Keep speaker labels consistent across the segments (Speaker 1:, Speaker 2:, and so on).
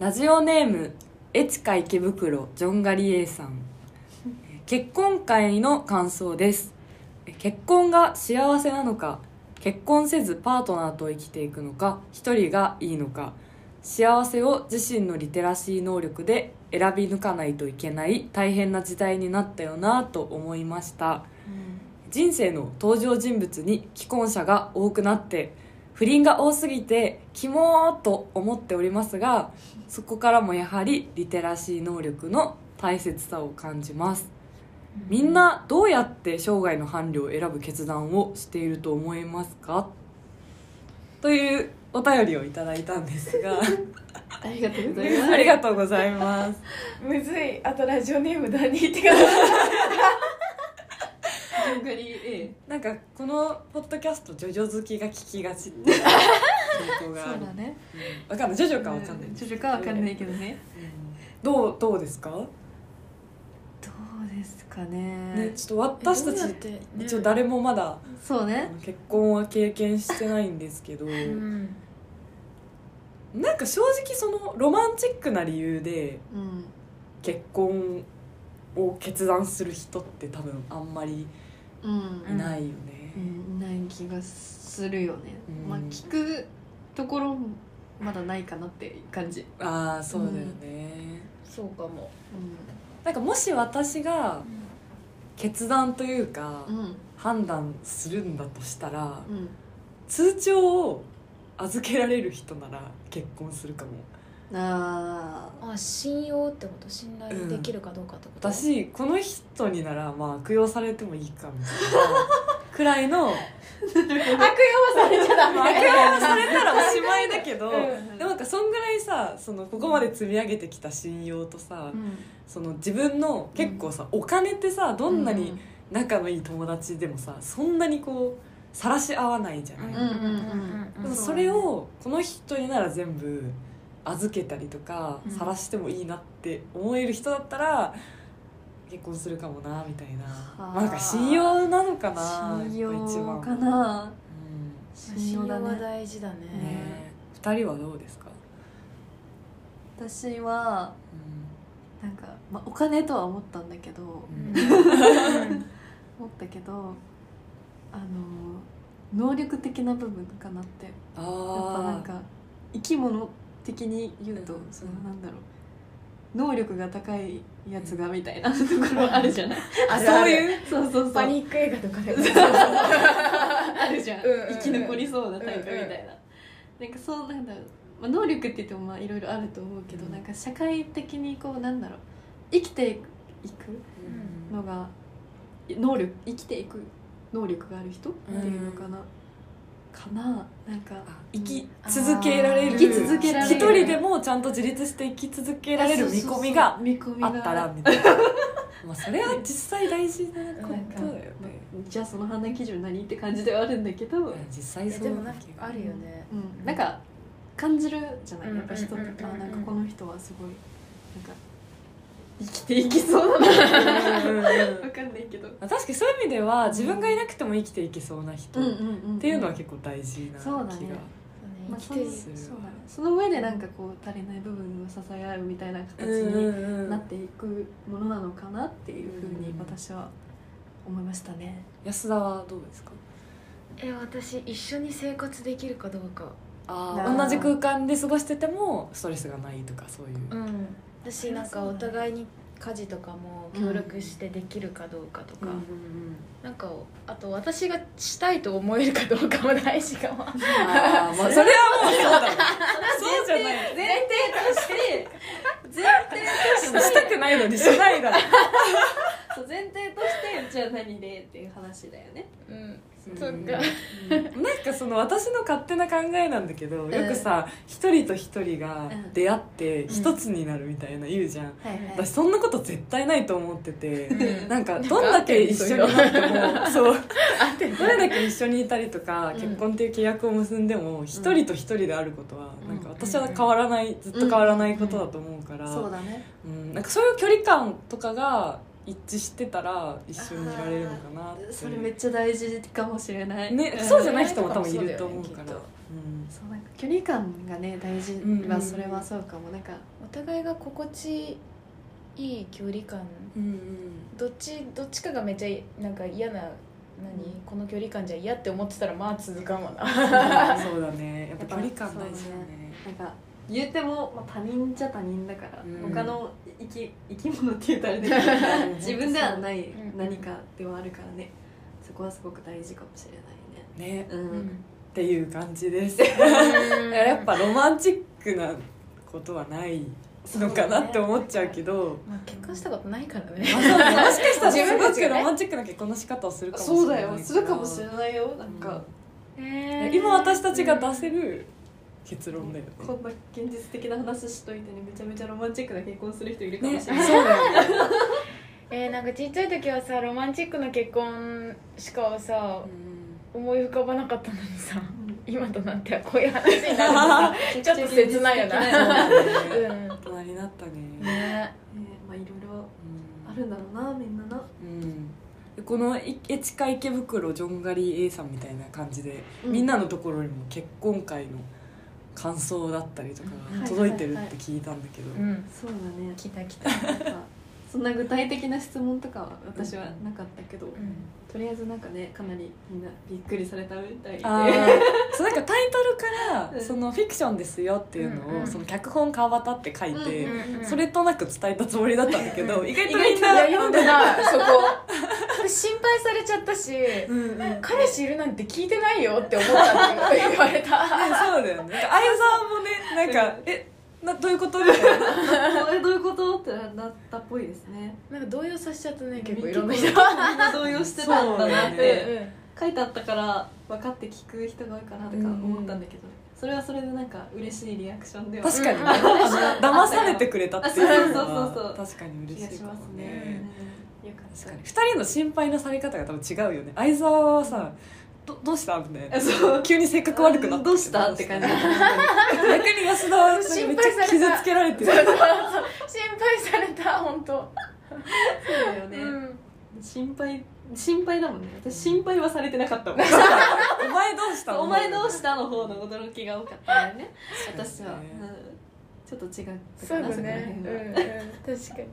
Speaker 1: ラジオネームエチカ池袋ジョンガリエイさんえ結婚会の感想ですえ結婚が幸せなのか結婚せずパートナーと生きていくのか一人がいいのか幸せを自身のリテラシー能力で選び抜かないといけない大変な時代になったよなと思いました人生の登場人物に既婚者が多くなって不倫が多すぎてキモーと思っておりますがそこからもやはりリテラシー能力の大切さを感じますみんなどうやって生涯の伴侶を選ぶ決断をしていると思いますかというお便りをいただいたんです が
Speaker 2: ありがとうございます
Speaker 1: ありがとうございます
Speaker 3: むずいあとラジオネーム何ってかな
Speaker 2: ジョンガリエ
Speaker 1: なんかこのポッドキャストジョジョ好きが聞きがちっていう傾向
Speaker 2: イ
Speaker 1: がある、
Speaker 2: ね
Speaker 1: うんわかんないジョジョかわかんない、
Speaker 2: ちょっとかわかんないけどね
Speaker 1: どうどうですか、
Speaker 2: どうですかね
Speaker 1: ねちょっと私たち一応誰もまだ
Speaker 2: そう
Speaker 1: あ
Speaker 2: ね
Speaker 1: の結婚は経験してないんですけど、
Speaker 3: うん
Speaker 1: なんか正直そのロマンチックな理由で
Speaker 2: うん
Speaker 1: 結婚を決断する人って多分あんまり
Speaker 2: うん
Speaker 1: いないよね、
Speaker 2: うんない気がするよね、
Speaker 1: うん
Speaker 2: まあ聞くところもまだないかなって感じ、
Speaker 1: ああそうだよね、
Speaker 3: そうかも
Speaker 1: なんかもし私が決断というか、
Speaker 2: うんうん
Speaker 1: 判断するんだとしたら
Speaker 2: うん
Speaker 1: 通帳を預けられる人なら結婚するかも
Speaker 2: あー
Speaker 3: あ信用ってこと信頼できるかどうかってこと、
Speaker 1: 私この人にならまあ悪用されてもいいかみたいなくらい の
Speaker 3: 悪用はされちゃダ
Speaker 1: まあ悪
Speaker 3: メ
Speaker 1: 用されたらおしまいだけど、
Speaker 3: うん
Speaker 1: でもなんかそんぐらいさそのここまで積み上げてきた信用とさ、
Speaker 2: うん
Speaker 1: その自分の結構さ、お金ってさどんなに仲のいい友達でもさそんなにこう晒し合わないじゃない、
Speaker 2: うんうんうん
Speaker 1: で
Speaker 2: う
Speaker 1: も
Speaker 2: ん
Speaker 1: それをこの人になら全部預けたりとか
Speaker 2: うん
Speaker 1: 晒してもいいなって思える人だったら結婚するかもなみたいな
Speaker 2: あー
Speaker 1: まあなんか信用なのかな
Speaker 2: 信
Speaker 1: やっぱ一
Speaker 2: 用
Speaker 1: 番
Speaker 2: かな
Speaker 1: うん
Speaker 2: 信用だ
Speaker 3: は
Speaker 2: ね
Speaker 3: 大事だね
Speaker 1: ね二人はどうですか、
Speaker 2: 私はなんか、まあ、お金とは思ったんだけど
Speaker 1: うん
Speaker 2: 思ったけどあの能力的な部分かなってやっ
Speaker 1: あ
Speaker 2: ぱな
Speaker 1: ー
Speaker 2: んか生き物的に言うと、
Speaker 1: うん
Speaker 2: そのなんだろう能力が高いやつがみたいなところあるじゃない
Speaker 3: あ
Speaker 1: そう
Speaker 3: う
Speaker 1: いう
Speaker 2: そうそうそう
Speaker 3: パニック映画とかで
Speaker 2: あるじゃん
Speaker 3: うんうんうん
Speaker 2: 生き残りそうなタイプみたいな、なんかそうなんだろう、まあ、能力って言ってもまあいろいろあると思うけど、
Speaker 1: うん
Speaker 2: なんか社会的にこうなんだろう生きていく
Speaker 3: ん
Speaker 2: のが能力生きていく能力がある人っていうのかな、かななんか
Speaker 1: あ生き続けられる
Speaker 2: 生き続けられる
Speaker 1: 一人でもちゃんと自立して生き続けられる見込みが
Speaker 2: そうそうそう見込みが
Speaker 1: あったらみたいな まあそれは実際大事なことだよね
Speaker 2: じゃあその判断基準何って感じではあるんだけど、
Speaker 1: 実際そう
Speaker 3: でもなんか
Speaker 1: 気が
Speaker 3: あるよね
Speaker 2: うん、なんか感じるじゃない
Speaker 3: うん
Speaker 2: やっぱ人とか
Speaker 3: うんうんうんうん
Speaker 2: なんかこの人はすごいなんか生きていきそうだなわかんないけど
Speaker 1: まあ確かにそういう意味では自分がいなくても生きていけそうな人っ
Speaker 2: ん
Speaker 1: ていうのは結構大事な気が
Speaker 2: そうだねま
Speaker 3: 生
Speaker 2: あ
Speaker 3: き
Speaker 2: そ
Speaker 3: て
Speaker 2: の
Speaker 3: る
Speaker 1: する
Speaker 2: そうだねその上でなんかこう足りない部分を支え合うみたいな形に
Speaker 1: うんうんう
Speaker 2: なっ
Speaker 1: ん
Speaker 2: ていくものなのかなっていうふうに私は思いましたね
Speaker 1: 安田はどうですか
Speaker 3: え私一緒に生活できるかどうか
Speaker 1: あ
Speaker 2: ー
Speaker 1: ー同じ空間で過ごしててもストレスがないとかそういう
Speaker 3: うん私なんかお互いに家事とかも協力してできるかどうかとか、
Speaker 1: か
Speaker 3: なんかあと私がしたいと思えるかどうかも大事かも
Speaker 1: あーまあ それはもうそうだねそうじゃない
Speaker 3: 前提 として
Speaker 2: 前提
Speaker 1: したくないのにしないだろ
Speaker 2: 前提としてじゃあ何でっていう話だよね
Speaker 3: うん
Speaker 1: うん
Speaker 3: そっか
Speaker 1: なんかその私の勝手な考えなんだけど、
Speaker 2: ん
Speaker 1: よくさ一人と一人が出会って
Speaker 3: ん
Speaker 1: 一つになるみたいな言うじゃん、
Speaker 2: はいはい
Speaker 1: 私そんなこと絶対ないと思ってて、
Speaker 3: うん
Speaker 1: なんかどんだけ一緒になっても そうどれだけ一緒にいたりとか、
Speaker 3: うん
Speaker 1: 結婚っていう契約を結んでも一人と一人であることは、
Speaker 2: うん
Speaker 1: なんか私は変わらない、ずっと変わらないことだと思うから、
Speaker 2: そうだね
Speaker 1: うん、なんかそういう距離感とかが一致してたら一緒にいられるのかなって
Speaker 2: それめっちゃ大事かもしれない
Speaker 1: ね、
Speaker 2: ん
Speaker 1: そうじゃない人も多分いると思うから、
Speaker 3: うん
Speaker 1: うん
Speaker 2: そうなんか距離感がね大事
Speaker 1: うん
Speaker 2: はそれはそうかもなんか
Speaker 3: お互いが心地いい距離感
Speaker 1: うん
Speaker 3: どっちどっちかがめっちゃなんか嫌な何、
Speaker 2: うん
Speaker 3: この距離感じゃ嫌って思ってたらまあ続かんわな
Speaker 1: うんそうだねやっぱ距離感大事だね
Speaker 2: なんか言うても、まあ、他人じゃ他人だから、
Speaker 1: うん
Speaker 2: 他の生き生き物って言うたらあれだけど自分ではない
Speaker 3: うん
Speaker 2: 何かではあるからねそこはすごく大事かもしれな
Speaker 1: ね
Speaker 2: いね
Speaker 3: う
Speaker 2: うん、
Speaker 3: ん
Speaker 1: っていう感じです やっぱロマンチックなことはないのかなって思っちゃうけど
Speaker 3: まあ、結婚したことないからね
Speaker 1: まあそうねもしかしたら
Speaker 3: 自
Speaker 1: す
Speaker 3: 分た
Speaker 1: ご
Speaker 3: ち
Speaker 1: く
Speaker 3: がね
Speaker 1: ロマンチックな結婚の仕方をするかもしれない
Speaker 2: そうだよするかもしれないよなんか、
Speaker 1: うん今私たちが出せる結論だよね
Speaker 2: こんな現実的な話しといてねめちゃめちゃロマンチックな結婚する人いるかも
Speaker 1: ね
Speaker 2: し
Speaker 1: そ
Speaker 2: れ
Speaker 1: う
Speaker 2: ない、
Speaker 1: だよね
Speaker 3: えー、なんかちっちゃい時はさロマンチックな結婚しかさ思い浮かばなかったのにさ今となってはこういう話になるの さちょっと切ないよな
Speaker 2: ね
Speaker 1: そうだ
Speaker 3: う
Speaker 1: ね
Speaker 3: ん
Speaker 1: 大人になったね
Speaker 3: ね
Speaker 2: まあいろいろ
Speaker 1: うん
Speaker 2: あるんだろうなみんなな、
Speaker 1: うんでこのいエチカ池袋ジョンガリー A さんみたいな感じでみんなのところにも結婚会の感想だったりとか
Speaker 2: うん
Speaker 1: が届いてるって聞いたんだけど、
Speaker 3: うん
Speaker 2: そうだね
Speaker 3: 来た来た
Speaker 2: なんかそんな具体的な質問とかは私はなかったけど、
Speaker 3: うん
Speaker 2: とりあえずなんかねかなりみんなびっくりされたみたいで
Speaker 1: あーそうなんかタイトルか
Speaker 2: う
Speaker 1: ら「
Speaker 2: ん
Speaker 1: そのフィクションですよ」っていうのを、
Speaker 3: うんうん
Speaker 1: その脚本川端って書いて、
Speaker 3: うんうん
Speaker 1: それとなく伝えたつもりだったんだけど、
Speaker 3: うん
Speaker 1: 意外
Speaker 3: 意
Speaker 1: と
Speaker 3: 外
Speaker 1: み
Speaker 3: と
Speaker 1: んな
Speaker 3: 読んでないそこ心配されちゃったし
Speaker 1: うんうん、ね
Speaker 3: 彼氏いるなんて聞いてないよって思ったって言われた
Speaker 1: そうだよね相沢もねなんか
Speaker 2: うん
Speaker 1: 「えなどういうこと?」みたいな
Speaker 2: これどういうことってなったっぽいですね
Speaker 3: なんか動揺させちゃったね結構いろんな人
Speaker 2: 結構みんな動揺してたんだなっ
Speaker 1: そう
Speaker 2: て
Speaker 1: だ、
Speaker 2: 書いてあったから分かって聞く人が多いかなとか思ったんだけど、それはそれでなんか嬉しいリアクションでは
Speaker 1: 確かにね、
Speaker 3: うん
Speaker 1: あの騙されてくれたっていうの
Speaker 2: あそうそうそう
Speaker 1: は
Speaker 2: そう
Speaker 1: 確かに
Speaker 2: 気が
Speaker 1: 嬉しい
Speaker 2: し
Speaker 1: かも
Speaker 2: ますね
Speaker 1: ね。
Speaker 2: よかった
Speaker 1: 確かに2人の心配のされ方が多分違うよね相沢はさどどうしたみたい
Speaker 2: え
Speaker 1: な
Speaker 2: そう
Speaker 1: 急に性格悪くなった
Speaker 2: どうしたって感じ
Speaker 1: 逆に安田はなんかめっちゃ傷つけられてる
Speaker 3: そうそうそう心配された本当
Speaker 2: そうだよね、
Speaker 3: うん
Speaker 2: 心配心配だもんね私心配はされてなかったもん
Speaker 1: お前どうしたの
Speaker 2: お前どうしたの方の驚きが多かったからね私は、
Speaker 1: ね
Speaker 2: うん、ちょっと違った
Speaker 3: そ
Speaker 2: か
Speaker 3: う
Speaker 2: な
Speaker 3: だ
Speaker 2: そこら
Speaker 3: ね
Speaker 2: 辺
Speaker 3: うん
Speaker 2: は、っ
Speaker 3: うん確
Speaker 2: て
Speaker 3: かに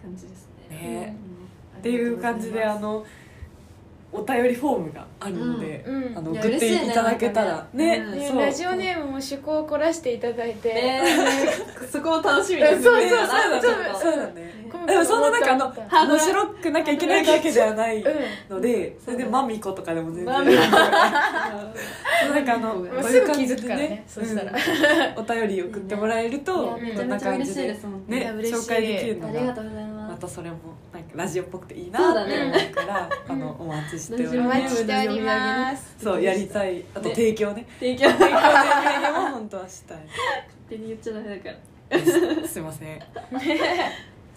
Speaker 2: 感じですね
Speaker 1: ね
Speaker 2: うん
Speaker 1: っていう感じであのお便りフォームがあるので、
Speaker 3: うん
Speaker 1: あの
Speaker 2: いや
Speaker 1: 送っていただけたら
Speaker 2: 嬉し
Speaker 1: ね
Speaker 2: いねなんか
Speaker 3: ね
Speaker 1: そう
Speaker 3: ラジオネームも趣向を凝らしていただいて、
Speaker 2: ねえ そこを楽しみですね
Speaker 3: そうそうそう
Speaker 2: なんかちょっと
Speaker 1: そうだね
Speaker 3: 今
Speaker 1: で
Speaker 3: 後
Speaker 1: もそんななんか
Speaker 3: 思った
Speaker 1: あの面白くなきゃいけないわけではない
Speaker 3: うん
Speaker 1: のでそれでマミコとかでも全然
Speaker 2: マミコ
Speaker 1: そうなんかあの
Speaker 2: もう
Speaker 1: こういう
Speaker 3: すぐ
Speaker 1: 感
Speaker 3: 気
Speaker 1: じ
Speaker 3: づく
Speaker 1: で
Speaker 3: からね
Speaker 1: ね
Speaker 3: そしたら
Speaker 1: うんお便り送ってもらえると
Speaker 3: いや
Speaker 1: こんな感じで
Speaker 2: 本当に
Speaker 1: ね
Speaker 3: いや嬉しい
Speaker 1: 紹介できる
Speaker 2: あ
Speaker 1: の
Speaker 2: りが
Speaker 1: が
Speaker 2: とうござい
Speaker 1: ま
Speaker 2: ます
Speaker 1: たそれもなんかラジオっぽくていい
Speaker 2: そう
Speaker 1: な
Speaker 2: だ
Speaker 1: って
Speaker 2: ね
Speaker 1: 思うからあの
Speaker 3: う
Speaker 1: お待ちしており
Speaker 3: お
Speaker 1: ま
Speaker 3: 待ち
Speaker 1: す
Speaker 3: しております
Speaker 1: そうやりたいあと
Speaker 2: ね
Speaker 1: 提 供ね
Speaker 2: 提供勝
Speaker 1: 提供の提供も本当はしたい
Speaker 2: 手に言っちゃダメだから
Speaker 1: すいませんで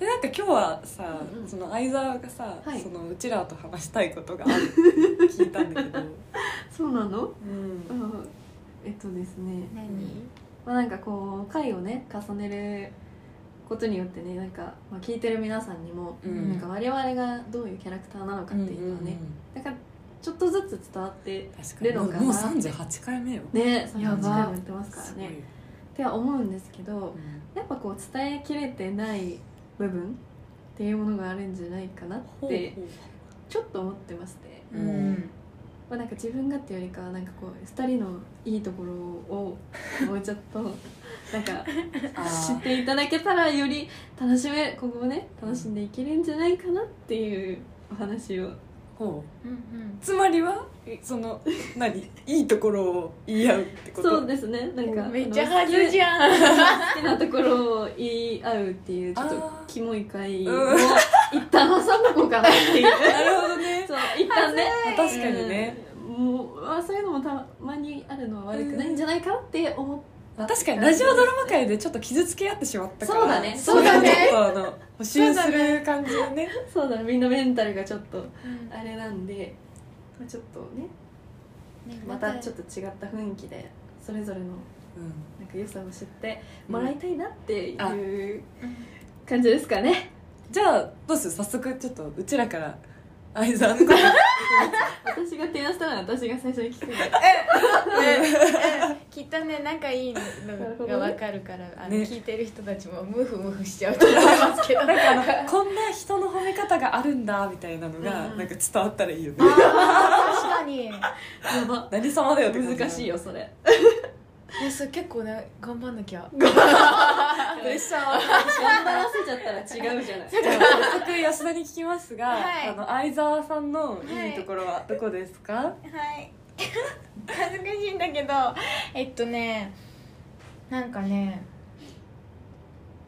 Speaker 1: なんか今日はさ、
Speaker 2: うんうん
Speaker 1: その相沢がさ、
Speaker 2: はい
Speaker 1: そのうちらと話したいことがあるって聞いたんだけど、
Speaker 2: そうなの
Speaker 1: うん
Speaker 2: うんえっとですね
Speaker 3: 何
Speaker 2: まあ、なんかこう回をね重ねることによってねなんか、まあ、聞いてる皆さんにも、
Speaker 1: うん
Speaker 2: なんか我々がどういうキャラクターなのかっていうのはね、なんかちょっとずつ伝わって
Speaker 1: 確か
Speaker 2: レ
Speaker 1: に
Speaker 2: ロ
Speaker 1: も
Speaker 2: ン
Speaker 1: う
Speaker 2: かな
Speaker 1: もう38回目よ、
Speaker 2: ね
Speaker 3: やば
Speaker 2: 30回も言ってますから
Speaker 1: すごい
Speaker 2: ねっては思うんですけど
Speaker 1: う、ん
Speaker 2: やっぱこう伝えきれてない部分っていうものがあるんじゃないかなっ
Speaker 1: ほう
Speaker 2: て
Speaker 1: ほう
Speaker 2: ちょっと思ってまして、
Speaker 1: うん
Speaker 2: まあ、なんか自分がっていうよりかはなんかこう2人のいいところをもうちょっと なんか
Speaker 1: あ
Speaker 2: 知っ
Speaker 1: ー
Speaker 2: ていただけたらより楽しめ今後もね楽しんでいけるんじゃないかなっていうお話を
Speaker 1: ほう
Speaker 3: うんうん
Speaker 1: つまりはその何いいところを言い合うってこと
Speaker 2: そうですねなんか
Speaker 3: めっちゃ
Speaker 2: あ
Speaker 3: ハ
Speaker 2: の
Speaker 3: ズじゃん
Speaker 2: 好きなところを言い合うっていうちょっと
Speaker 1: あー
Speaker 2: キモい回
Speaker 1: う
Speaker 2: を
Speaker 1: ん
Speaker 2: 一旦挟んどこうかなって いう
Speaker 1: なるほどね
Speaker 2: そう一旦ね
Speaker 1: 確かにね、
Speaker 2: うんもうあそういうのもたまにあるのは悪くないんじゃないかなって思った
Speaker 1: 確かにラジオドラマ界でちょっと傷つけ合ってしまったから
Speaker 2: そうだね
Speaker 1: そうだね
Speaker 3: そ
Speaker 1: ちょ
Speaker 3: う
Speaker 1: っとあの補修する感じでね
Speaker 2: そうだねみんなメンタルがちょっとあれなんでまあちょっとねまたちょっ
Speaker 3: っ
Speaker 2: と違った雰囲気でそれぞれの
Speaker 1: うん
Speaker 2: なんか良さを知ってもらいたいなっていう
Speaker 3: うん
Speaker 2: 感じですかね。
Speaker 1: じゃあどうする早速ちょっとうちらからあいさんの
Speaker 2: 私が提案したのは私が最初に聞くの
Speaker 3: きっとね仲いいのが分かるからあの、
Speaker 1: ね
Speaker 3: 聞いてる人たちもムフムフしちゃうと思いますけど
Speaker 1: なんかあのこんな人の褒め方があるんだみたいなのが
Speaker 2: うん
Speaker 1: なんか伝わったらいいよね
Speaker 3: 確かにい
Speaker 2: やば
Speaker 1: 何様だよって感じ
Speaker 2: 難しいよそれ
Speaker 3: やそう結構ね頑張んなきゃ
Speaker 1: プレッシャーは
Speaker 2: 頑張らせちゃったら違うじゃない
Speaker 1: じゃあ早速吉田に聞きますが、
Speaker 3: はい
Speaker 1: あの相沢さんのいいところはどこですか、
Speaker 3: はい恥ずかしいんだけどえっとねなんかね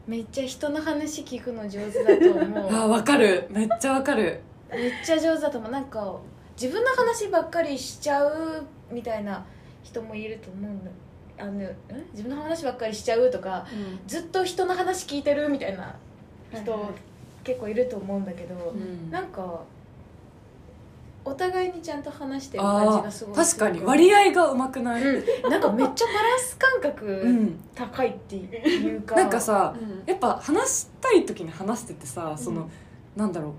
Speaker 3: めっちゃ人の話聞くの上手だと思
Speaker 1: あ
Speaker 3: う
Speaker 1: わかるめっちゃわかる
Speaker 3: めっちゃ上手だと思うなんか自分の話ばっかりしちゃうみたいな人もいると思うんだあのん自分の話ばっかりしちゃうとかずっと人の話聞いてるみたいな
Speaker 2: はいはい
Speaker 3: 人結構いると思うんだけど、
Speaker 1: うん
Speaker 3: なんかお互いにちゃんと話してる感じ
Speaker 1: あ
Speaker 3: がすごい
Speaker 1: ー確かに
Speaker 3: すごく
Speaker 1: 割合がうまくない、
Speaker 3: うん、なんかめっちゃバランス感
Speaker 1: う
Speaker 3: 覚
Speaker 1: ん、
Speaker 3: 高いっていうか
Speaker 1: なんかさ
Speaker 2: うん
Speaker 1: やっぱ話したい時に話しててさその、なんだろう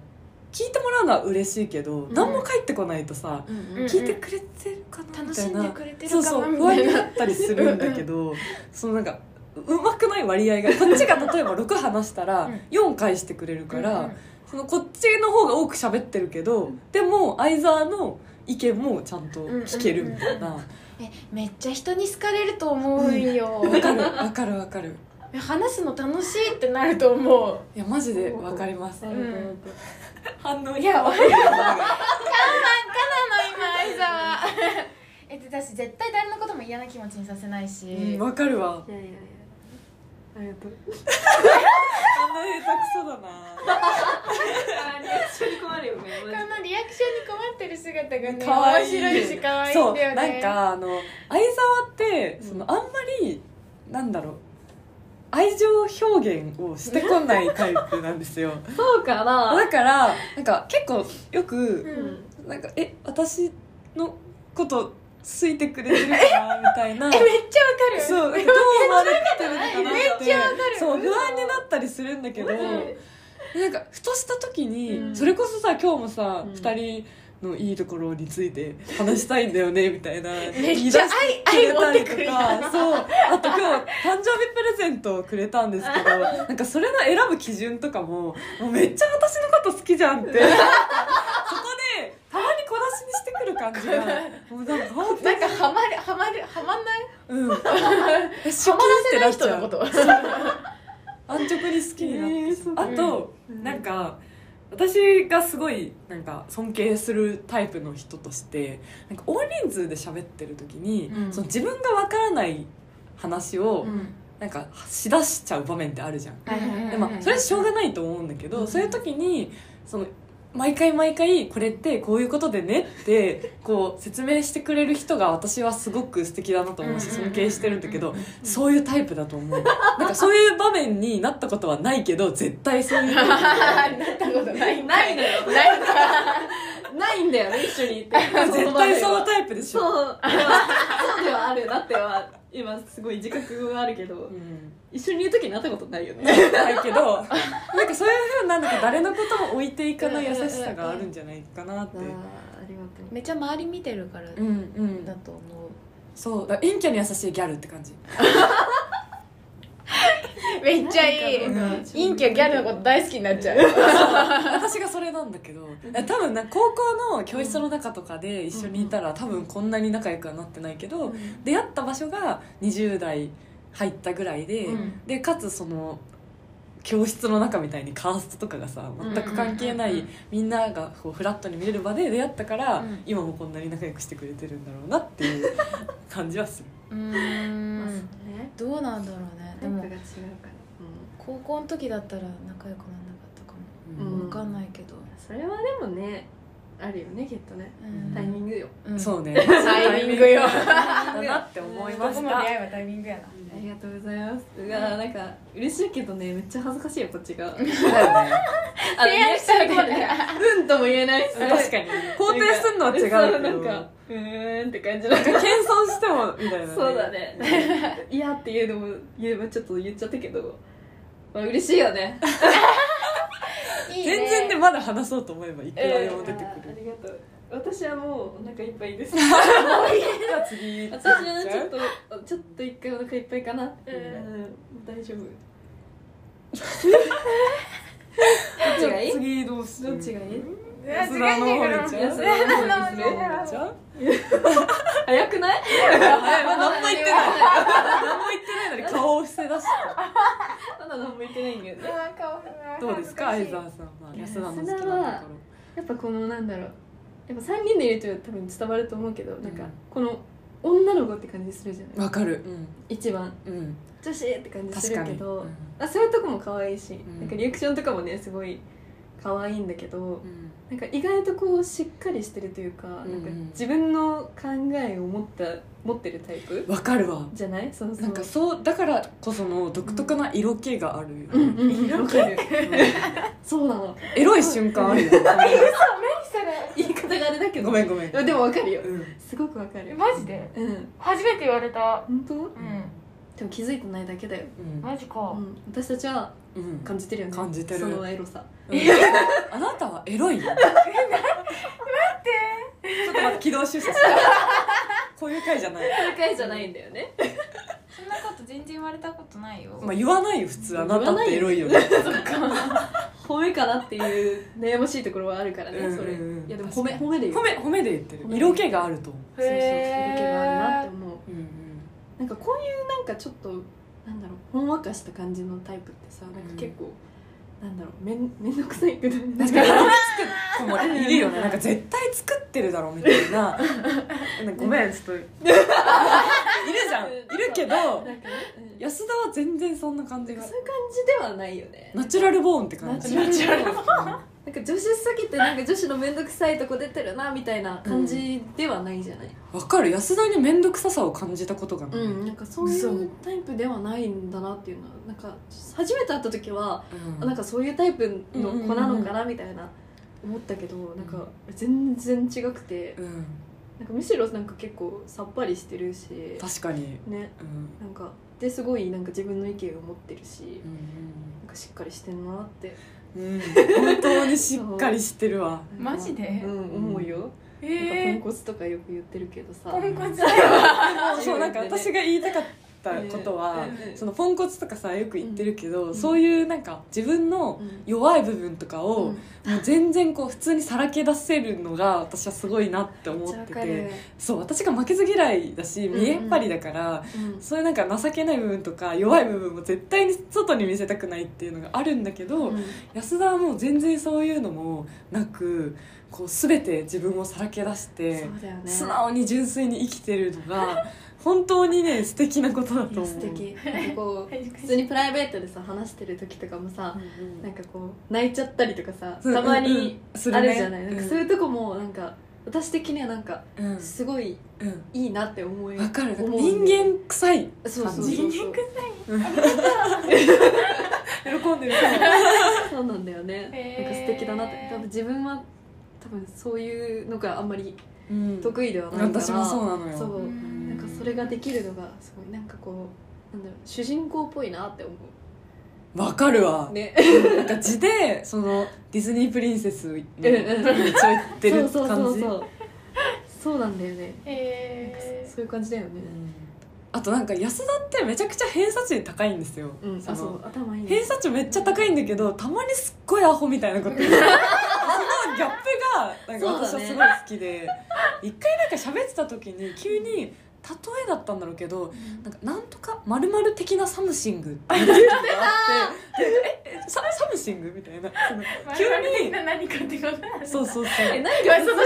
Speaker 1: 聞いてもらうのは嬉しいけど、
Speaker 3: ん
Speaker 1: 何も返ってこないとさ、
Speaker 3: うん
Speaker 1: 聞いてくれてるかなみ
Speaker 3: 楽
Speaker 1: た
Speaker 3: し
Speaker 1: い
Speaker 3: ん
Speaker 1: な
Speaker 3: でくれて
Speaker 1: そ
Speaker 3: る
Speaker 1: うそ
Speaker 3: か
Speaker 1: う
Speaker 3: な
Speaker 1: 不安
Speaker 3: みたい
Speaker 1: に
Speaker 3: な
Speaker 1: なったりするんだけどそのなんかううまくない割合がこっち が例えば6話したら
Speaker 3: うん
Speaker 1: 4返してくれるから、
Speaker 3: うんうん
Speaker 1: そのこっちの方が多く喋ってるけど、でも相沢の意見もちゃんと聞けるみたいなわ、
Speaker 3: えめっちゃ人に好かれると思うよ、
Speaker 1: かるわかるわかる
Speaker 3: 話すの楽しいってなると思う
Speaker 1: いやマジでわかります
Speaker 2: ありがとうございます
Speaker 1: 反応
Speaker 3: いやわか
Speaker 1: る
Speaker 3: あの今相沢 えだし絶対誰のことも嫌な気持ちにさせないし、
Speaker 1: うんわかるわ
Speaker 2: いやいやいやありがとう
Speaker 1: あんな下手くそだな
Speaker 2: あリアクションに困るよね
Speaker 3: このリアクションに困ってる姿がね
Speaker 1: 可愛い
Speaker 3: 面白いし可愛い
Speaker 1: そ
Speaker 3: ん
Speaker 1: う
Speaker 3: だよね
Speaker 1: なんかあの相沢ってそのあんまりなんだろう愛情表現をしてこないタイプなんです よ
Speaker 2: そうかな
Speaker 1: だからなんか結構よく
Speaker 2: う
Speaker 3: うん
Speaker 2: ん
Speaker 1: なんかえ私のこと好いてくれてるかなみたいな
Speaker 3: えめっちゃわかる
Speaker 1: そうどう思われてるのかな
Speaker 3: め
Speaker 1: っ
Speaker 3: っち
Speaker 1: て
Speaker 3: ゃわかる
Speaker 1: そう不安になったりするんだけどなんかふとした時に、
Speaker 2: うん
Speaker 1: それこそさ今日もさ、
Speaker 2: うん
Speaker 1: 二人のいいところについて 話したいんだよねみたいな
Speaker 3: めっちゃ愛愛持ってくるやん
Speaker 1: そうあと今日誕生日プレゼントをくれたんですけ どなんかそれの選ぶ基準とかももうめっちゃ私のこと好きじゃん ってそこでたまに小出しにしてくる感じ がもうなんか本当
Speaker 3: な
Speaker 1: に
Speaker 3: んかハマるハマるハマん ない
Speaker 1: うんえ初
Speaker 3: ハマらせない
Speaker 1: 期って
Speaker 3: 人
Speaker 1: な
Speaker 3: の
Speaker 1: っ
Speaker 3: こ
Speaker 1: ちゃう
Speaker 3: と
Speaker 1: 安直に好きになって、
Speaker 2: えーそう
Speaker 1: あと、
Speaker 2: うん
Speaker 1: なんか私がすごいなんか尊敬するタイプの人としてなんか大人数で喋ってる時に、
Speaker 2: うん
Speaker 1: その自分がわからない話を、
Speaker 2: うん
Speaker 1: なんかしだしちゃう場面ってあるじゃん。
Speaker 2: はいはいはい
Speaker 1: でまあそれはしょうがないと思うんだけど、
Speaker 2: うん
Speaker 1: そういう時にその毎回毎回これってこういうことでねってこう説明してくれる人が私はすごく素敵だなと思うし
Speaker 3: うんうんうん
Speaker 1: 尊敬してるんだけどそういうタイプだと思うなんかそういう場面になったことはないけど絶対そういうこと
Speaker 3: なったことない
Speaker 2: ないのよ
Speaker 3: ないか
Speaker 2: ないんだよね一緒にいて
Speaker 1: 絶対そ
Speaker 2: の
Speaker 1: のタイプでし
Speaker 2: そう
Speaker 1: ょ
Speaker 2: そうではあるなっては今すごい自覚はあるけど
Speaker 1: うん
Speaker 2: 一緒にいる時になったことないよね
Speaker 1: ないけどなんかそういうふうななんか誰のことも置いていかない優しさがあるんじゃないかなって
Speaker 2: りがと
Speaker 3: めっちゃ周り見てるから
Speaker 1: うんうん
Speaker 3: と思
Speaker 1: そうだから陰キャに優しいギャルって 感じ
Speaker 3: うめっちゃいい
Speaker 1: なんかうん
Speaker 3: 陰キャギャルのこと大好きになっちゃう
Speaker 1: 私がそれなんだけど多分な高校の教室の中とかで一緒にいたら多分こんなに仲良くはなってないけど出会った場所が20代入ったぐらいで、
Speaker 3: うん
Speaker 1: でかつその教室の中みたいにカーストとかがさ全く関係ない、
Speaker 3: うんうんうん
Speaker 1: みんながこうフラットに見れる場で出会ったから、
Speaker 3: うん
Speaker 1: 今もこんなに仲良くしてくれてるんだろうなっていう 感じはする。
Speaker 3: う
Speaker 2: うんまあ
Speaker 3: ん
Speaker 2: そうね
Speaker 3: どうなんだろうねで
Speaker 2: タイプ
Speaker 3: も
Speaker 2: が違うから
Speaker 3: 高校の時だったら仲良くならなかったかも
Speaker 2: うん
Speaker 3: わかんないけど
Speaker 2: それはでもねあるよねきっとね
Speaker 3: うん
Speaker 2: タイミングよ
Speaker 3: うん
Speaker 1: そうね
Speaker 3: タイミングよ
Speaker 1: だなって思い
Speaker 3: ど
Speaker 1: ま
Speaker 3: こ
Speaker 1: し
Speaker 3: ま
Speaker 1: た
Speaker 3: で。会えばタイミングやな
Speaker 2: ありがとうございますうわーなんか嬉しいけどねめっちゃ恥ずかしいよこっちがあの
Speaker 3: 提案したら
Speaker 2: リアクションがうんとも言えないし
Speaker 1: 確かに肯定するのは違うけ
Speaker 2: そ
Speaker 1: ど
Speaker 2: なんかうーんって感じだか
Speaker 1: 謙
Speaker 2: ら
Speaker 1: 遜してもみたいな、
Speaker 2: そうだね いやっていうのも言えばちょっと言っちゃったけどまあ嬉しいよね
Speaker 3: いいいね
Speaker 1: 全然でまだ話そうと思えばいくらでも出て
Speaker 2: あ
Speaker 1: くる、
Speaker 2: りがとう私はもうお腹いっぱいです
Speaker 1: じゃあ次
Speaker 2: 私はちょっとちょっと一回お腹いっぱいかな
Speaker 3: うん
Speaker 2: うん大丈 夫
Speaker 1: どっ
Speaker 2: ちがいい
Speaker 1: 次どうする
Speaker 2: どっちがいい
Speaker 1: 安田の方に行っちゃう
Speaker 2: 安
Speaker 3: 田の方に行っち
Speaker 1: じゃあ
Speaker 2: 早くない
Speaker 1: 何も言ってない何も言ってないのに顔を伏せ出して
Speaker 2: まだ何も言ってないんだよね
Speaker 1: どうですか相
Speaker 3: 相
Speaker 1: 沢
Speaker 3: 沢
Speaker 1: さんは、まあ、
Speaker 2: いや
Speaker 1: 安田の好きなところ
Speaker 2: 安田やっぱこのなんだろうやっぱ3人でいると多分伝わると思うけど、なんかこの女の子って感じするじゃない
Speaker 1: わかる
Speaker 2: 一番
Speaker 1: うん、うん、
Speaker 2: 女子って感じす
Speaker 1: 確か
Speaker 2: る
Speaker 1: に
Speaker 2: けど、
Speaker 1: うん
Speaker 2: あそういうとこも可愛いし、
Speaker 1: ん
Speaker 2: なんかリアクションとかもねすごい可愛いんだけど、
Speaker 1: うん
Speaker 2: なんか意外とこうしっかりしてるというか,、
Speaker 1: うんうん
Speaker 2: なんか自分の考えを持った持ってるタイプ
Speaker 1: わかるわ
Speaker 2: じゃないそうそう
Speaker 1: なんかそうだからこその独特な色気があるよね、
Speaker 2: うんうんうんわかる
Speaker 1: うん
Speaker 2: そうなの
Speaker 1: エロい瞬間あるよね
Speaker 3: それ
Speaker 2: 言い方があれだけど
Speaker 1: ごめんごめん
Speaker 2: でもでもわかるよ
Speaker 1: うん
Speaker 2: すごくわかる
Speaker 3: マジで
Speaker 2: うん
Speaker 3: 初めて言われた
Speaker 2: 本当
Speaker 3: うん
Speaker 2: でも気づいてないだけだよ、
Speaker 1: うん
Speaker 3: マジか
Speaker 2: うん、私たちは
Speaker 1: うん
Speaker 2: 感じてるよね
Speaker 1: 感じてる
Speaker 2: そのエロさ
Speaker 1: あなたはエロいよ待ってちょっとまた軌道修正してこういう回じゃない
Speaker 2: それ回じゃないんだよね
Speaker 3: そんなこと全然言われたことないよ
Speaker 1: まあ言わないよ普通あなたってエロいよね
Speaker 2: 褒めかなっていう悩ましいところはあるからね、
Speaker 1: うんうんうん
Speaker 2: それいやでも褒
Speaker 1: 確
Speaker 2: め
Speaker 1: か
Speaker 2: 褒めでよ
Speaker 1: 褒め褒めで言ってる
Speaker 2: 褒め
Speaker 1: 色気があると思
Speaker 2: そうそうそう
Speaker 3: へー
Speaker 2: 色気があるなって思う
Speaker 1: う、うん
Speaker 2: なんかこういうなんかちょっとなんだろうほんわかした感じのタイプってさなんか結構、なんだろうめんめんどくさいくらい
Speaker 1: うん、確かに思いつく子もいるよねなんか絶対作ってるだろみたい ななんかごめんちょっと いるじゃんいるけど
Speaker 2: なんか、ねうん
Speaker 1: 安田は全然そんな感じが
Speaker 2: そういう感じではないよね
Speaker 1: ナチュラルボーンって感じ
Speaker 2: ナチュラル
Speaker 1: ボーン
Speaker 2: なんか女子すぎてなんか女子のめんどくさいとこ出てるなみたいな感じではないじゃない、
Speaker 1: わかる安田に面倒くささを感じたことがない、
Speaker 2: うん
Speaker 1: うん
Speaker 2: なんかそういうタイプではないんだなっていうのはなんか初めて会った時は、あなんかそういうタイプの子なのかなみたいな思ったけど、なんか全然違くて
Speaker 1: うん、
Speaker 2: なんかむしろなんか結構さっぱりしてるし
Speaker 1: 確かに、
Speaker 2: ね
Speaker 1: うん
Speaker 2: なんかですごいなんか自分の意見を持ってるし
Speaker 1: うん
Speaker 2: なんかしっかりしてんなって
Speaker 1: うん、本当にしっかりしてるわ
Speaker 2: なんか
Speaker 3: マジで
Speaker 2: うん思うよ、なん
Speaker 3: へえ
Speaker 2: かポンコツとかよく言ってるけどさ
Speaker 3: ポンコツ
Speaker 1: そうなんか私が言いたかったことは、
Speaker 2: うんうん
Speaker 1: そのポンコツとかさよく言ってるけど、
Speaker 2: ん
Speaker 1: そういうなんか自分の
Speaker 2: うん
Speaker 1: 弱い部分とか
Speaker 2: う
Speaker 1: を、
Speaker 2: ん
Speaker 1: もう全然こう普通にさらけ出せるのが私はすごいなって思
Speaker 2: めっちゃ
Speaker 1: っ
Speaker 2: わ
Speaker 1: て
Speaker 2: か
Speaker 1: て
Speaker 2: る、
Speaker 1: そう私が負けず嫌いだし
Speaker 2: うんうん
Speaker 1: 見えっ張りだから、
Speaker 2: うん
Speaker 1: そういうなんか情けない部分とか弱い部分も絶対に外に見せたくないっていうのがあるんだけど、
Speaker 2: うん
Speaker 1: 安田はもう全然そういうのもなくこう全て自分をさらけ出して。
Speaker 2: そうだよね
Speaker 1: 素直に純粋に生きてるのが本当にね素敵なことだ
Speaker 2: い
Speaker 1: と思
Speaker 2: や
Speaker 1: う
Speaker 2: 素敵なんかこう
Speaker 3: 恥ずかしい
Speaker 2: 普通にプライベートでさ話してる時とかもさ
Speaker 1: うん
Speaker 2: なんかこう泣いちゃったりとかさ
Speaker 1: うん
Speaker 2: たま
Speaker 1: うんうん
Speaker 2: に
Speaker 1: する
Speaker 2: あ
Speaker 1: ね
Speaker 2: るじゃない、なんかそういうとこもなんか私的にはなんか
Speaker 1: うんうん
Speaker 2: すごいいいなって思い
Speaker 1: うんわかる
Speaker 2: 思う
Speaker 1: 人間臭い
Speaker 2: そうそうそう
Speaker 1: 感じ
Speaker 2: 人間
Speaker 1: 喜んでる
Speaker 2: そうなんだよね、
Speaker 3: へー
Speaker 2: なんか素敵だなって多分自分は多分そういうのがあんまり
Speaker 1: うん
Speaker 2: 得意ではないから、
Speaker 1: 私もそうなのよ
Speaker 2: そう
Speaker 3: うん
Speaker 2: なんかそれができるのがすごいなんかこうなんだろう主人公っぽいなって思
Speaker 1: わかるわ
Speaker 2: うね
Speaker 1: なんか字でそのディズニープリンセスの道を
Speaker 2: うん
Speaker 1: 言ってる
Speaker 2: そうそう
Speaker 1: 感
Speaker 2: そう
Speaker 1: じ
Speaker 2: そうそうなんだよねなんか
Speaker 3: へ
Speaker 2: そういう感じだよね
Speaker 1: うんあとなんか安田ってめちゃくちゃ偏差値高いんですよ
Speaker 2: うん
Speaker 1: そ
Speaker 2: あ
Speaker 1: の
Speaker 2: そう頭いいね
Speaker 1: 偏差値めっちゃ高いんだけどたまにすっごいアホみたいなこと 言うそのギャップがなんか私はすごい好きで、一回なんか喋ってた時に急に例えだったんだろうけどなんかなんとかまるまる的なサムシングっていう時があってでええササムシングみたいなその
Speaker 3: ー
Speaker 1: 急に
Speaker 3: 丸々的な何かってことなんだ
Speaker 1: そうそうそう
Speaker 2: え
Speaker 1: え
Speaker 2: なん
Speaker 3: いや
Speaker 2: か
Speaker 3: その瞬間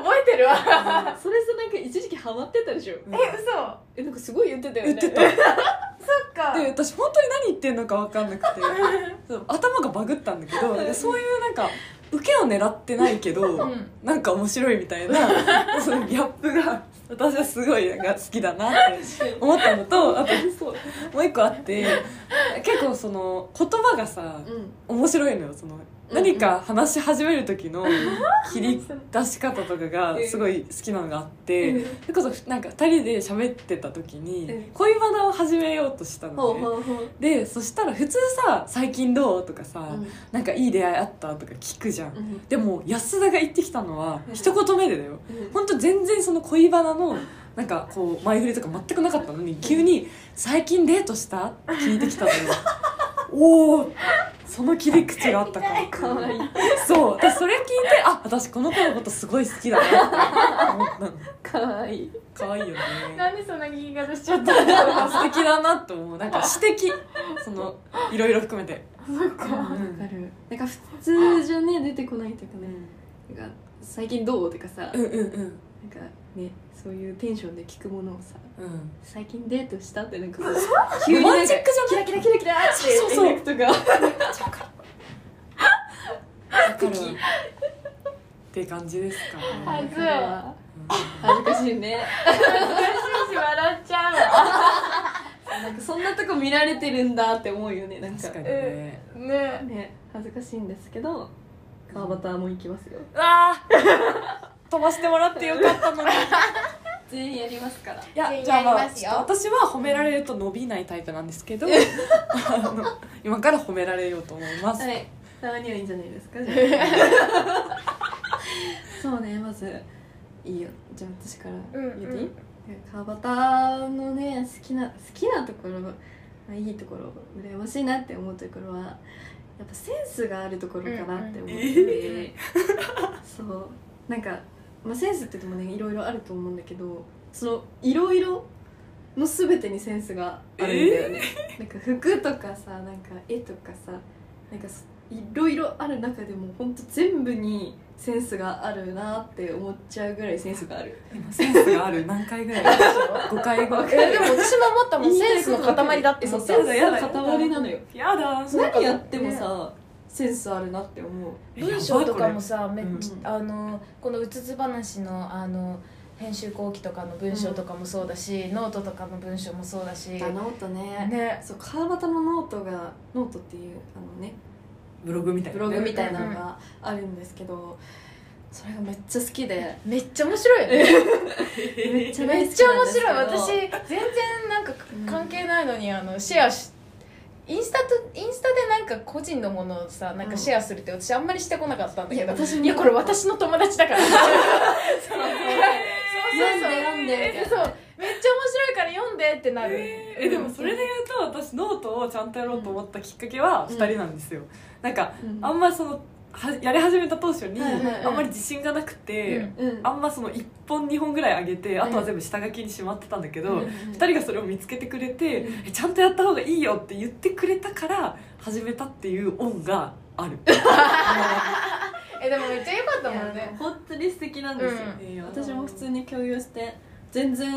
Speaker 3: 覚えてるわ
Speaker 2: それさなんか一時期ハマってたでしょ
Speaker 3: え嘘
Speaker 2: えなんかすごい言ってたよ
Speaker 1: 言
Speaker 2: ね
Speaker 1: ってたで
Speaker 3: そっか
Speaker 1: 私本当に何言ってんのか分かんなくてそう頭がバグったんだけどなんかそういうなんか受けを狙ってないけど、
Speaker 3: うん
Speaker 1: なんか面白いみたい なそのギャップが私はすごいなんか好きだなって思ったのとあと
Speaker 2: そう
Speaker 1: もう一個あって結構その言葉がさ
Speaker 2: うん
Speaker 1: 面白いのよその
Speaker 2: うん
Speaker 1: 何か話し始める時 の切り出し方とかがすごい好きなのがあって、
Speaker 2: うん
Speaker 1: それこそなんか2人で喋ってた時に
Speaker 2: うん
Speaker 1: 恋バナを始めようとした
Speaker 2: ほ
Speaker 1: の
Speaker 2: う
Speaker 1: ね、
Speaker 2: ほうほう
Speaker 1: でそしたら普通さ「最近どう?」とかさ、
Speaker 2: うん
Speaker 1: なんかいい出会いあった?」とか聞くじゃん、
Speaker 2: うん
Speaker 1: でも安田が言ってきたのは
Speaker 2: うん
Speaker 1: 一言目でだよ
Speaker 2: うん
Speaker 1: 本当全然その恋バナのなんかこう前振りとか全くなかったのに急に「最近デートした?」って聞いてき たのよおおその切り口があったから
Speaker 2: かわいい
Speaker 1: そうでそれ聞いてあ私この子のことすごい好きだなって思ったの
Speaker 2: かわいい
Speaker 1: 可愛いよね
Speaker 3: なんでそんな言い方しちゃった
Speaker 1: 素敵だなって思うなんか指摘そのいろいろ含めて
Speaker 3: そっ
Speaker 2: わ
Speaker 3: か
Speaker 2: かるなんか普通じゃね出てこないとか
Speaker 1: う
Speaker 2: ね
Speaker 1: ん
Speaker 2: なんか最近どうとかさなん
Speaker 1: うんうん
Speaker 2: かねそういうテンションで聞くものをさ
Speaker 1: うん
Speaker 2: 最近デートしたってなんかこう
Speaker 1: ロ
Speaker 2: 急に
Speaker 1: マ
Speaker 2: なん
Speaker 1: ンチ
Speaker 2: か
Speaker 1: ックじ
Speaker 3: キラキラキラキラって
Speaker 1: そうそう
Speaker 2: エフェクトが
Speaker 1: ゃないからって感じですかね、
Speaker 3: はい
Speaker 2: だから恥ずかしいね
Speaker 3: 恥ずかしいし笑っちゃうわ
Speaker 2: なんかそんなとこ見られてるんだって思うよねなんか
Speaker 1: 確かにね
Speaker 3: ね
Speaker 2: ね恥ずかしいんですけど川端も行きますよ
Speaker 1: うわあ飛ばしてもらってよかったのに
Speaker 2: 全員やりますから
Speaker 1: いや
Speaker 3: 全員
Speaker 1: じゃあ,、ま
Speaker 3: やり
Speaker 1: あ、
Speaker 3: ます
Speaker 1: ち
Speaker 3: よ
Speaker 1: ょっと私は褒められると伸びないタイプなんですけどあの今から褒められようと思います、
Speaker 2: はいたまにはいいんじゃないですか そうねまずいいよじゃあ私から
Speaker 3: う
Speaker 2: 言
Speaker 3: ん
Speaker 2: っていい、川端のね好きな好きなところ、まあ、いいところ羨ましいなって思うところはやっぱセンスがあるところかなって思ってて、
Speaker 3: うんうん
Speaker 2: そうなんか、まあ、センスって言ってもねいろいろあると思うんだけどそのいろいろの全てにセンスがあるんだよね、なんか服とかさなんか絵とかさなんかそいろいろある中でもほんと全部にセンスがあるなって思っちゃうぐらいセンスがある
Speaker 1: 今センスがある何回ぐらい5回ぐらい
Speaker 3: えでも私も思ったもんセンスの塊だって
Speaker 2: そ
Speaker 3: 思
Speaker 2: う
Speaker 3: った
Speaker 2: センス
Speaker 1: や
Speaker 2: の
Speaker 1: だ
Speaker 2: 塊なのよ
Speaker 1: やだ
Speaker 2: 何やってもさ、センスあるなって思う
Speaker 3: 文章とかもさめっ
Speaker 1: うん
Speaker 3: ちゃあのこのうつつ話のあの編集後期とかの文章とかもそうだし、ノートとかの文章もそうだしね
Speaker 2: ノートねそう川端のノートがノートっていうあのね
Speaker 1: ブログみたい
Speaker 2: ブ
Speaker 1: なね、
Speaker 2: ログみたいなのがあるんですけどそれがめっちゃ好き で
Speaker 3: めっちゃ面白いよね
Speaker 2: めっちゃ
Speaker 3: め
Speaker 2: 大
Speaker 3: っ
Speaker 2: 好き
Speaker 3: ちゃ
Speaker 2: なん
Speaker 3: 面
Speaker 2: ですけど
Speaker 3: 白い私全然なんか
Speaker 2: うん
Speaker 3: 関係ないのにあのシェアしインスタとインスタでなんか個人のものをさなんかシェアするって私あんまりしてこなかったんだ
Speaker 2: い
Speaker 3: け
Speaker 2: や
Speaker 3: ど
Speaker 2: 私も
Speaker 3: いやこれ私の友達だからそうそうそう
Speaker 2: 読んで読んで
Speaker 3: そうめっちゃ面白いから読んでってなる
Speaker 1: えーえでもそれで言うと私ノートをちゃんとやろうと思ったきっかけは
Speaker 2: うん
Speaker 1: 2人なんですよ、なんか
Speaker 2: うん
Speaker 1: あんまりそのはやり始めた当初に
Speaker 2: はいはいはい
Speaker 1: あんまり自信がなくて、
Speaker 3: うん
Speaker 2: うん
Speaker 1: あんまその1本2本ぐらい上げてあとは全部下書きにしまってたんだけど、
Speaker 3: うん
Speaker 1: 2人がそれを見つけてくれて、
Speaker 2: う
Speaker 1: えちゃんとやった方がいいよって言ってくれたから始めたっていう恩がある
Speaker 3: えでもめっちゃ良かったもん
Speaker 2: いや
Speaker 3: ね
Speaker 2: 本当に素敵なんですよ、
Speaker 3: うん
Speaker 1: いいよ
Speaker 2: 私も普通に共有して全然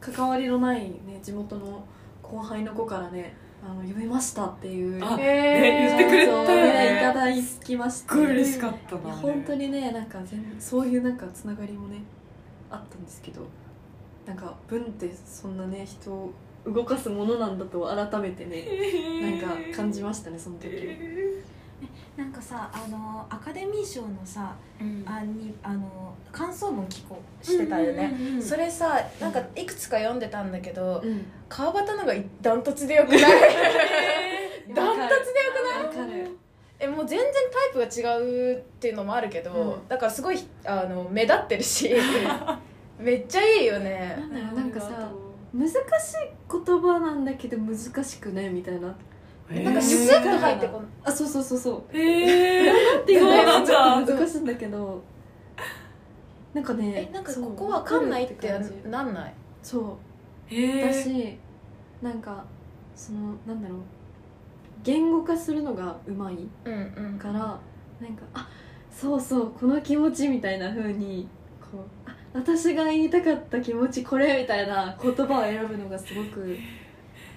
Speaker 2: 関わりのない、ね、地元の後輩の子からねあの読めましたっていう
Speaker 1: あ
Speaker 3: へ
Speaker 1: ね言
Speaker 3: ー
Speaker 1: ってくれたよ
Speaker 2: ね
Speaker 1: ね
Speaker 2: いただきまして
Speaker 1: すっごい嬉しかった
Speaker 2: いや
Speaker 1: な
Speaker 2: 本当にねなんか全そういうなんかつながりもねあったんですけどなんか文ってそんなね人を動かすものなんだと改めてねなんか感じましたねその時、
Speaker 4: なんかさあのアカデミー賞のさ
Speaker 1: うん
Speaker 4: あにあの感想文寄稿してたよね、
Speaker 1: うんうんうん
Speaker 3: それさなんかいくつか読んでたんだけど
Speaker 2: うん
Speaker 3: 川端のがダントツで よくないダントツでよくない
Speaker 2: わかる
Speaker 3: えもう全然タイプが違うっていうのもあるけど、
Speaker 2: うん
Speaker 3: だからすごいあの目立ってるし めっちゃいいよね
Speaker 2: なんだろうなんかさ難しい言葉なんだけど難しくねみたいな
Speaker 1: えー
Speaker 3: なんかスッと入ってこん
Speaker 2: あそうそうそうそう
Speaker 1: えー
Speaker 2: っていうの
Speaker 1: そうな
Speaker 2: が
Speaker 1: ん
Speaker 2: ちょ
Speaker 1: だ
Speaker 2: っと難しいんだけどなんかね
Speaker 3: えなんか
Speaker 2: そう
Speaker 3: ここわかんないって
Speaker 2: わかる感じ
Speaker 3: なんない
Speaker 2: そう
Speaker 1: えー
Speaker 2: 私なんかそのなんだろう言語化するのがうまい
Speaker 3: うんうん
Speaker 2: からなんかあそうそうこの気持ちみたいな風にこうあ私が言いたかった気持ちこれみたいな言葉を選ぶのがすごく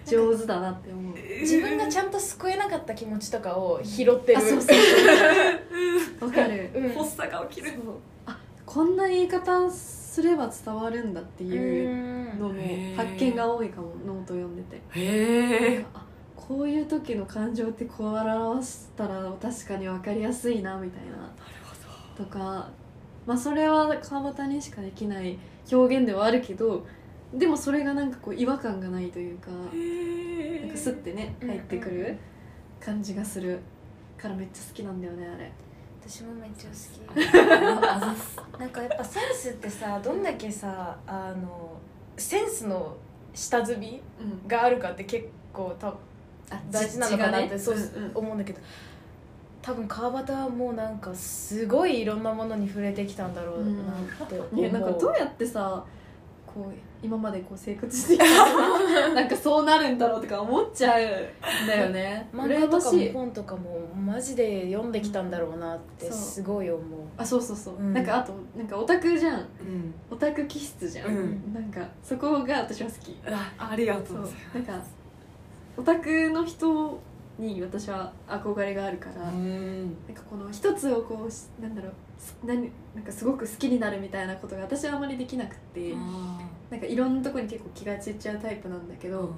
Speaker 2: 上手だなって思う
Speaker 3: 自分がちゃんと救えなかった気持ちとかを拾ってる
Speaker 2: あそうそうそう わかる
Speaker 3: うん
Speaker 1: 発作が起き
Speaker 2: そう
Speaker 1: る
Speaker 2: あこんな言い方すれば伝わるんだって
Speaker 3: う
Speaker 2: いうんのも発見が多いかもノート読んでて
Speaker 1: へえ
Speaker 2: あここういう時の感情ってこう表したら確かに分かりやすいなみたいなとか、まあ、それは川端にしかできない表現ではあるけどでもそれがなんかこう違和感がないというかなんかスッてね
Speaker 3: うんうん
Speaker 2: 入ってくる感じがするからめっちゃ好きなんだよねあれ。
Speaker 3: 私もめっちゃ好
Speaker 1: あざっす
Speaker 3: きなんかやっぱセンスってさどんだけさあのセンスの下積み
Speaker 2: うん、
Speaker 3: があるかって結構多分
Speaker 2: あ
Speaker 3: 大事なのかなってそう
Speaker 2: うん
Speaker 3: 思うんだけど、多分川端はもうなんかすごいいろんなものに触れてきたんだろうなって思う、
Speaker 2: うんねなんかどうやってさこう今までこう生活してきたらなんかそうなるんだろうとか思っちゃうんだよね
Speaker 3: 漫画
Speaker 2: 羨
Speaker 3: と
Speaker 2: ま
Speaker 3: か
Speaker 2: し
Speaker 3: も
Speaker 2: い
Speaker 3: 本とかもマジで読んできたんだろうなって
Speaker 2: そう
Speaker 3: すごい思う
Speaker 2: あそうそうそう、
Speaker 3: うん
Speaker 2: なんかあとなんかオタクじゃん
Speaker 1: うん
Speaker 2: オタク気質じゃん、
Speaker 1: うん
Speaker 2: なんかそこが私は好き
Speaker 1: あありがと
Speaker 2: そうう
Speaker 1: ござい
Speaker 2: なんかオタクの人に私は憧れがあるから、
Speaker 1: ますうん
Speaker 2: なんかこの一つをこうしなんだろうす何なんかすごく好きになるみたいなことが私はあまりできなくて、
Speaker 1: あ
Speaker 2: なんかいろんなとこに結構気が散っちゃうタイプなんだけ
Speaker 1: ー
Speaker 2: ど、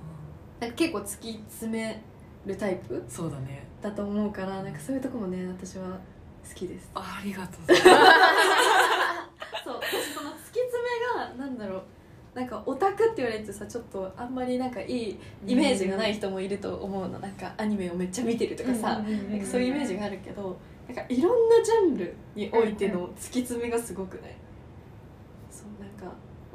Speaker 2: なんか結構突き詰めるタイプ
Speaker 1: そうだね
Speaker 2: だと思うからなんかそういうとこもね私は好きです
Speaker 1: あありがとうございます
Speaker 2: そう私その突き詰めがなんだろうなんかオタクって言われるとさちょっとあんまりなんかいいイメージがない人もいると思うの、なんかアニメをめっちゃ見てるとかさ、なんかそういうイメージがあるけどなんかいろんなジャンルにおいての突き詰めがすごくない、そう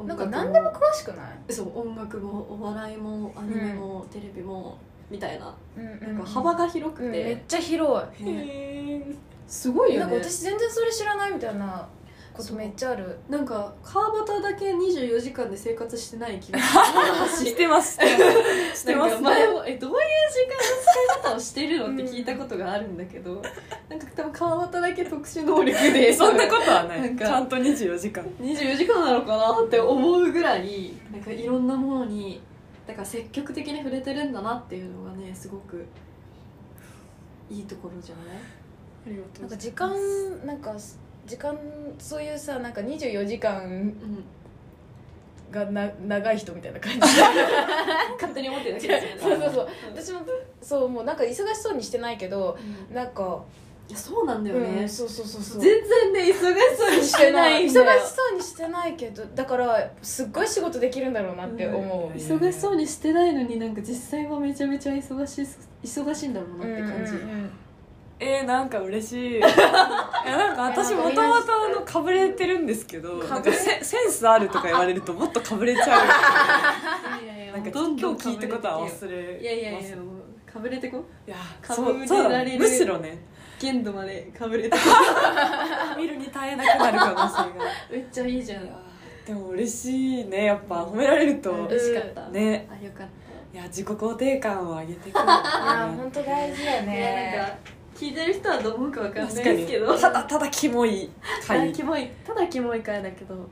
Speaker 2: なんか音
Speaker 3: な
Speaker 2: 楽
Speaker 3: んか何でも詳しくない、
Speaker 2: そう音楽もお笑いもアニメも、テレビもみたいな
Speaker 3: うん
Speaker 2: なんか幅が広くて、
Speaker 3: うんめっちゃ広い、
Speaker 1: へー
Speaker 2: すごいよ
Speaker 3: なんか
Speaker 2: ね
Speaker 3: 私全然それ知らないみたいなことめっちゃある
Speaker 2: なんか川端だけ24時間で生活してない気がする
Speaker 1: してます
Speaker 2: し
Speaker 1: してます
Speaker 2: 前もえどういう時間の使い方をしてるのって聞いたことがあるんだけどなんか多分川端だけ特殊能力 で
Speaker 1: そんな ことはな
Speaker 2: ないん
Speaker 1: ち
Speaker 2: か
Speaker 1: ゃんと24時間
Speaker 2: 24時間なのかなって思うぐらいなんかいろんなものにだから積極的に触れてるんだなっていうのがねすごくいいところじゃないありがと
Speaker 3: なんか時間なんか時間そういうさなんか24時間
Speaker 2: うん、
Speaker 3: がな長い人みたいな感じ
Speaker 2: 勝手に思ってるだけです
Speaker 3: そ
Speaker 2: よ
Speaker 3: う
Speaker 2: ね
Speaker 3: そうそう私もそうもうなんか忙しそうにしてないけど
Speaker 2: うん
Speaker 3: なんか、
Speaker 2: いやそうなんだよね、
Speaker 3: うん、そうそうそうそう
Speaker 2: 全然ね忙しそうにしてないんだ
Speaker 3: 忙
Speaker 2: よ
Speaker 3: しそうにしてないけどだからすっごい仕事できるんだろうなって思う、
Speaker 2: 忙しそうにしてないのになんか実際はめちゃめちゃ忙しい忙しいんだろうなって感じ、
Speaker 3: うんうんうん
Speaker 1: えー、なんか嬉しいいやなんか私もともとあのかぶれてるんですけど
Speaker 3: かぶれ
Speaker 1: なんかセセンスあるとか言われるともっとかぶれちゃ
Speaker 2: いやいうや
Speaker 1: なんか
Speaker 2: どんどん
Speaker 1: 今日聞いたことは忘れます
Speaker 2: いやいやいやもうかぶれてこ
Speaker 1: いや
Speaker 2: かぶ
Speaker 1: そ
Speaker 2: れられ
Speaker 1: うそうだね
Speaker 2: る
Speaker 1: むしろね
Speaker 2: 限度までかぶれてこ
Speaker 1: 見るに耐えなくなる可能性が
Speaker 2: めっちゃいいじゃん
Speaker 1: いやーでも嬉しいねやっぱ褒められると
Speaker 2: 嬉しかった、
Speaker 1: ね
Speaker 2: あよかっ
Speaker 1: いや自己肯定感を上げてくる
Speaker 3: あー本当大事だ
Speaker 2: たいやなん
Speaker 3: ね
Speaker 2: か聞いてる人はどう思うかわかんない
Speaker 1: 確か
Speaker 2: です
Speaker 1: に
Speaker 2: けど
Speaker 1: ただただキモい
Speaker 2: ただ
Speaker 1: 回
Speaker 2: キモいただキモい回だけどう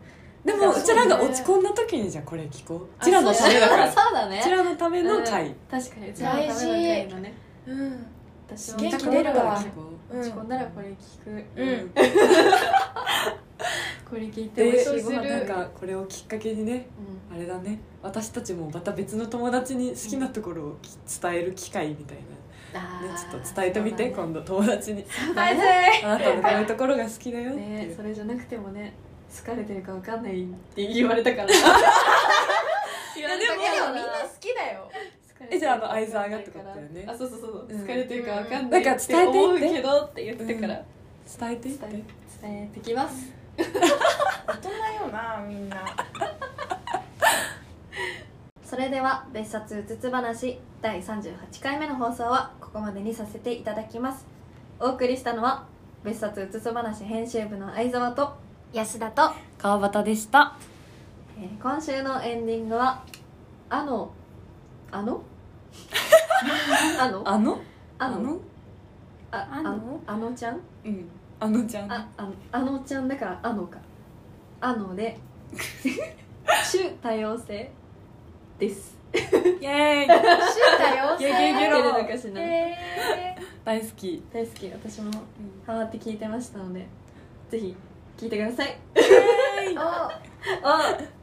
Speaker 1: でもうちらが落ち込んだ時にじゃあこれ聞こうう
Speaker 2: あ
Speaker 1: ちらのためだからう
Speaker 2: そうだね
Speaker 1: ちらのための
Speaker 2: うん
Speaker 1: 回
Speaker 2: 確かにうちらのための回だね
Speaker 3: うん
Speaker 2: 私
Speaker 3: 元気出るわう
Speaker 2: 落ち込んだらこれ聞く、これ聞いて美
Speaker 1: で
Speaker 2: 味しいご飯
Speaker 1: な
Speaker 2: なん
Speaker 1: ん
Speaker 2: か、
Speaker 1: かこれをきっかけにねあれだね私たちもまた別の友達に好きなところをき伝える機会みたいな、ね、ちょっと伝えてみて、今度友達に
Speaker 3: 大事
Speaker 1: あなたのこういうところが好きだよっていう、
Speaker 2: ねそれじゃなくてもね好かれてるかわかん ないって言われたから言われたか
Speaker 3: でも
Speaker 2: ら
Speaker 3: みんな好きだよ
Speaker 1: えじゃああの会津上がってことだよね
Speaker 2: あそうそうそう、
Speaker 1: うん
Speaker 2: 好かれてるかわかん
Speaker 1: な
Speaker 2: なんい
Speaker 1: か
Speaker 2: っ
Speaker 1: 伝
Speaker 2: て思
Speaker 1: え
Speaker 2: う
Speaker 1: ていって
Speaker 2: けどって言ってから、
Speaker 1: う伝えていって
Speaker 2: 伝え伝えてきます
Speaker 3: 大人よなみん な
Speaker 2: それでは別冊うつつ話第38回目の放送はここまでにさせていただきますお送りしたのは別冊うつつ話編集部の相沢と
Speaker 4: 安田と
Speaker 1: 川端でした
Speaker 2: えー今週のエンディングはあのあ のあの
Speaker 1: あの
Speaker 2: あのあ
Speaker 4: あの
Speaker 2: あのちゃん
Speaker 1: うんあのちゃん
Speaker 2: ああのあのちゃんだからあのかあの で種多様性です
Speaker 1: イエーイ
Speaker 3: シューだよ
Speaker 1: ゲゲゲ
Speaker 2: 出
Speaker 1: ロ
Speaker 2: るのかしら
Speaker 3: え
Speaker 1: 大好き
Speaker 2: 大好き私もハマって聞いてましたのでぜひ聞いてください
Speaker 3: ー、お
Speaker 2: あ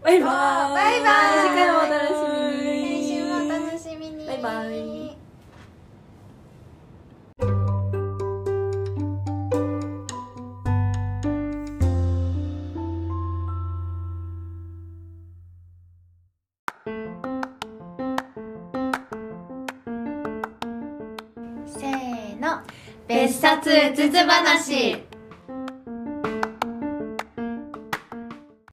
Speaker 1: バイバーイ
Speaker 3: あバイバーイ
Speaker 2: 次回もお楽しみに
Speaker 4: 来週もお楽しみに
Speaker 2: バイバイ
Speaker 5: 別冊うつつ話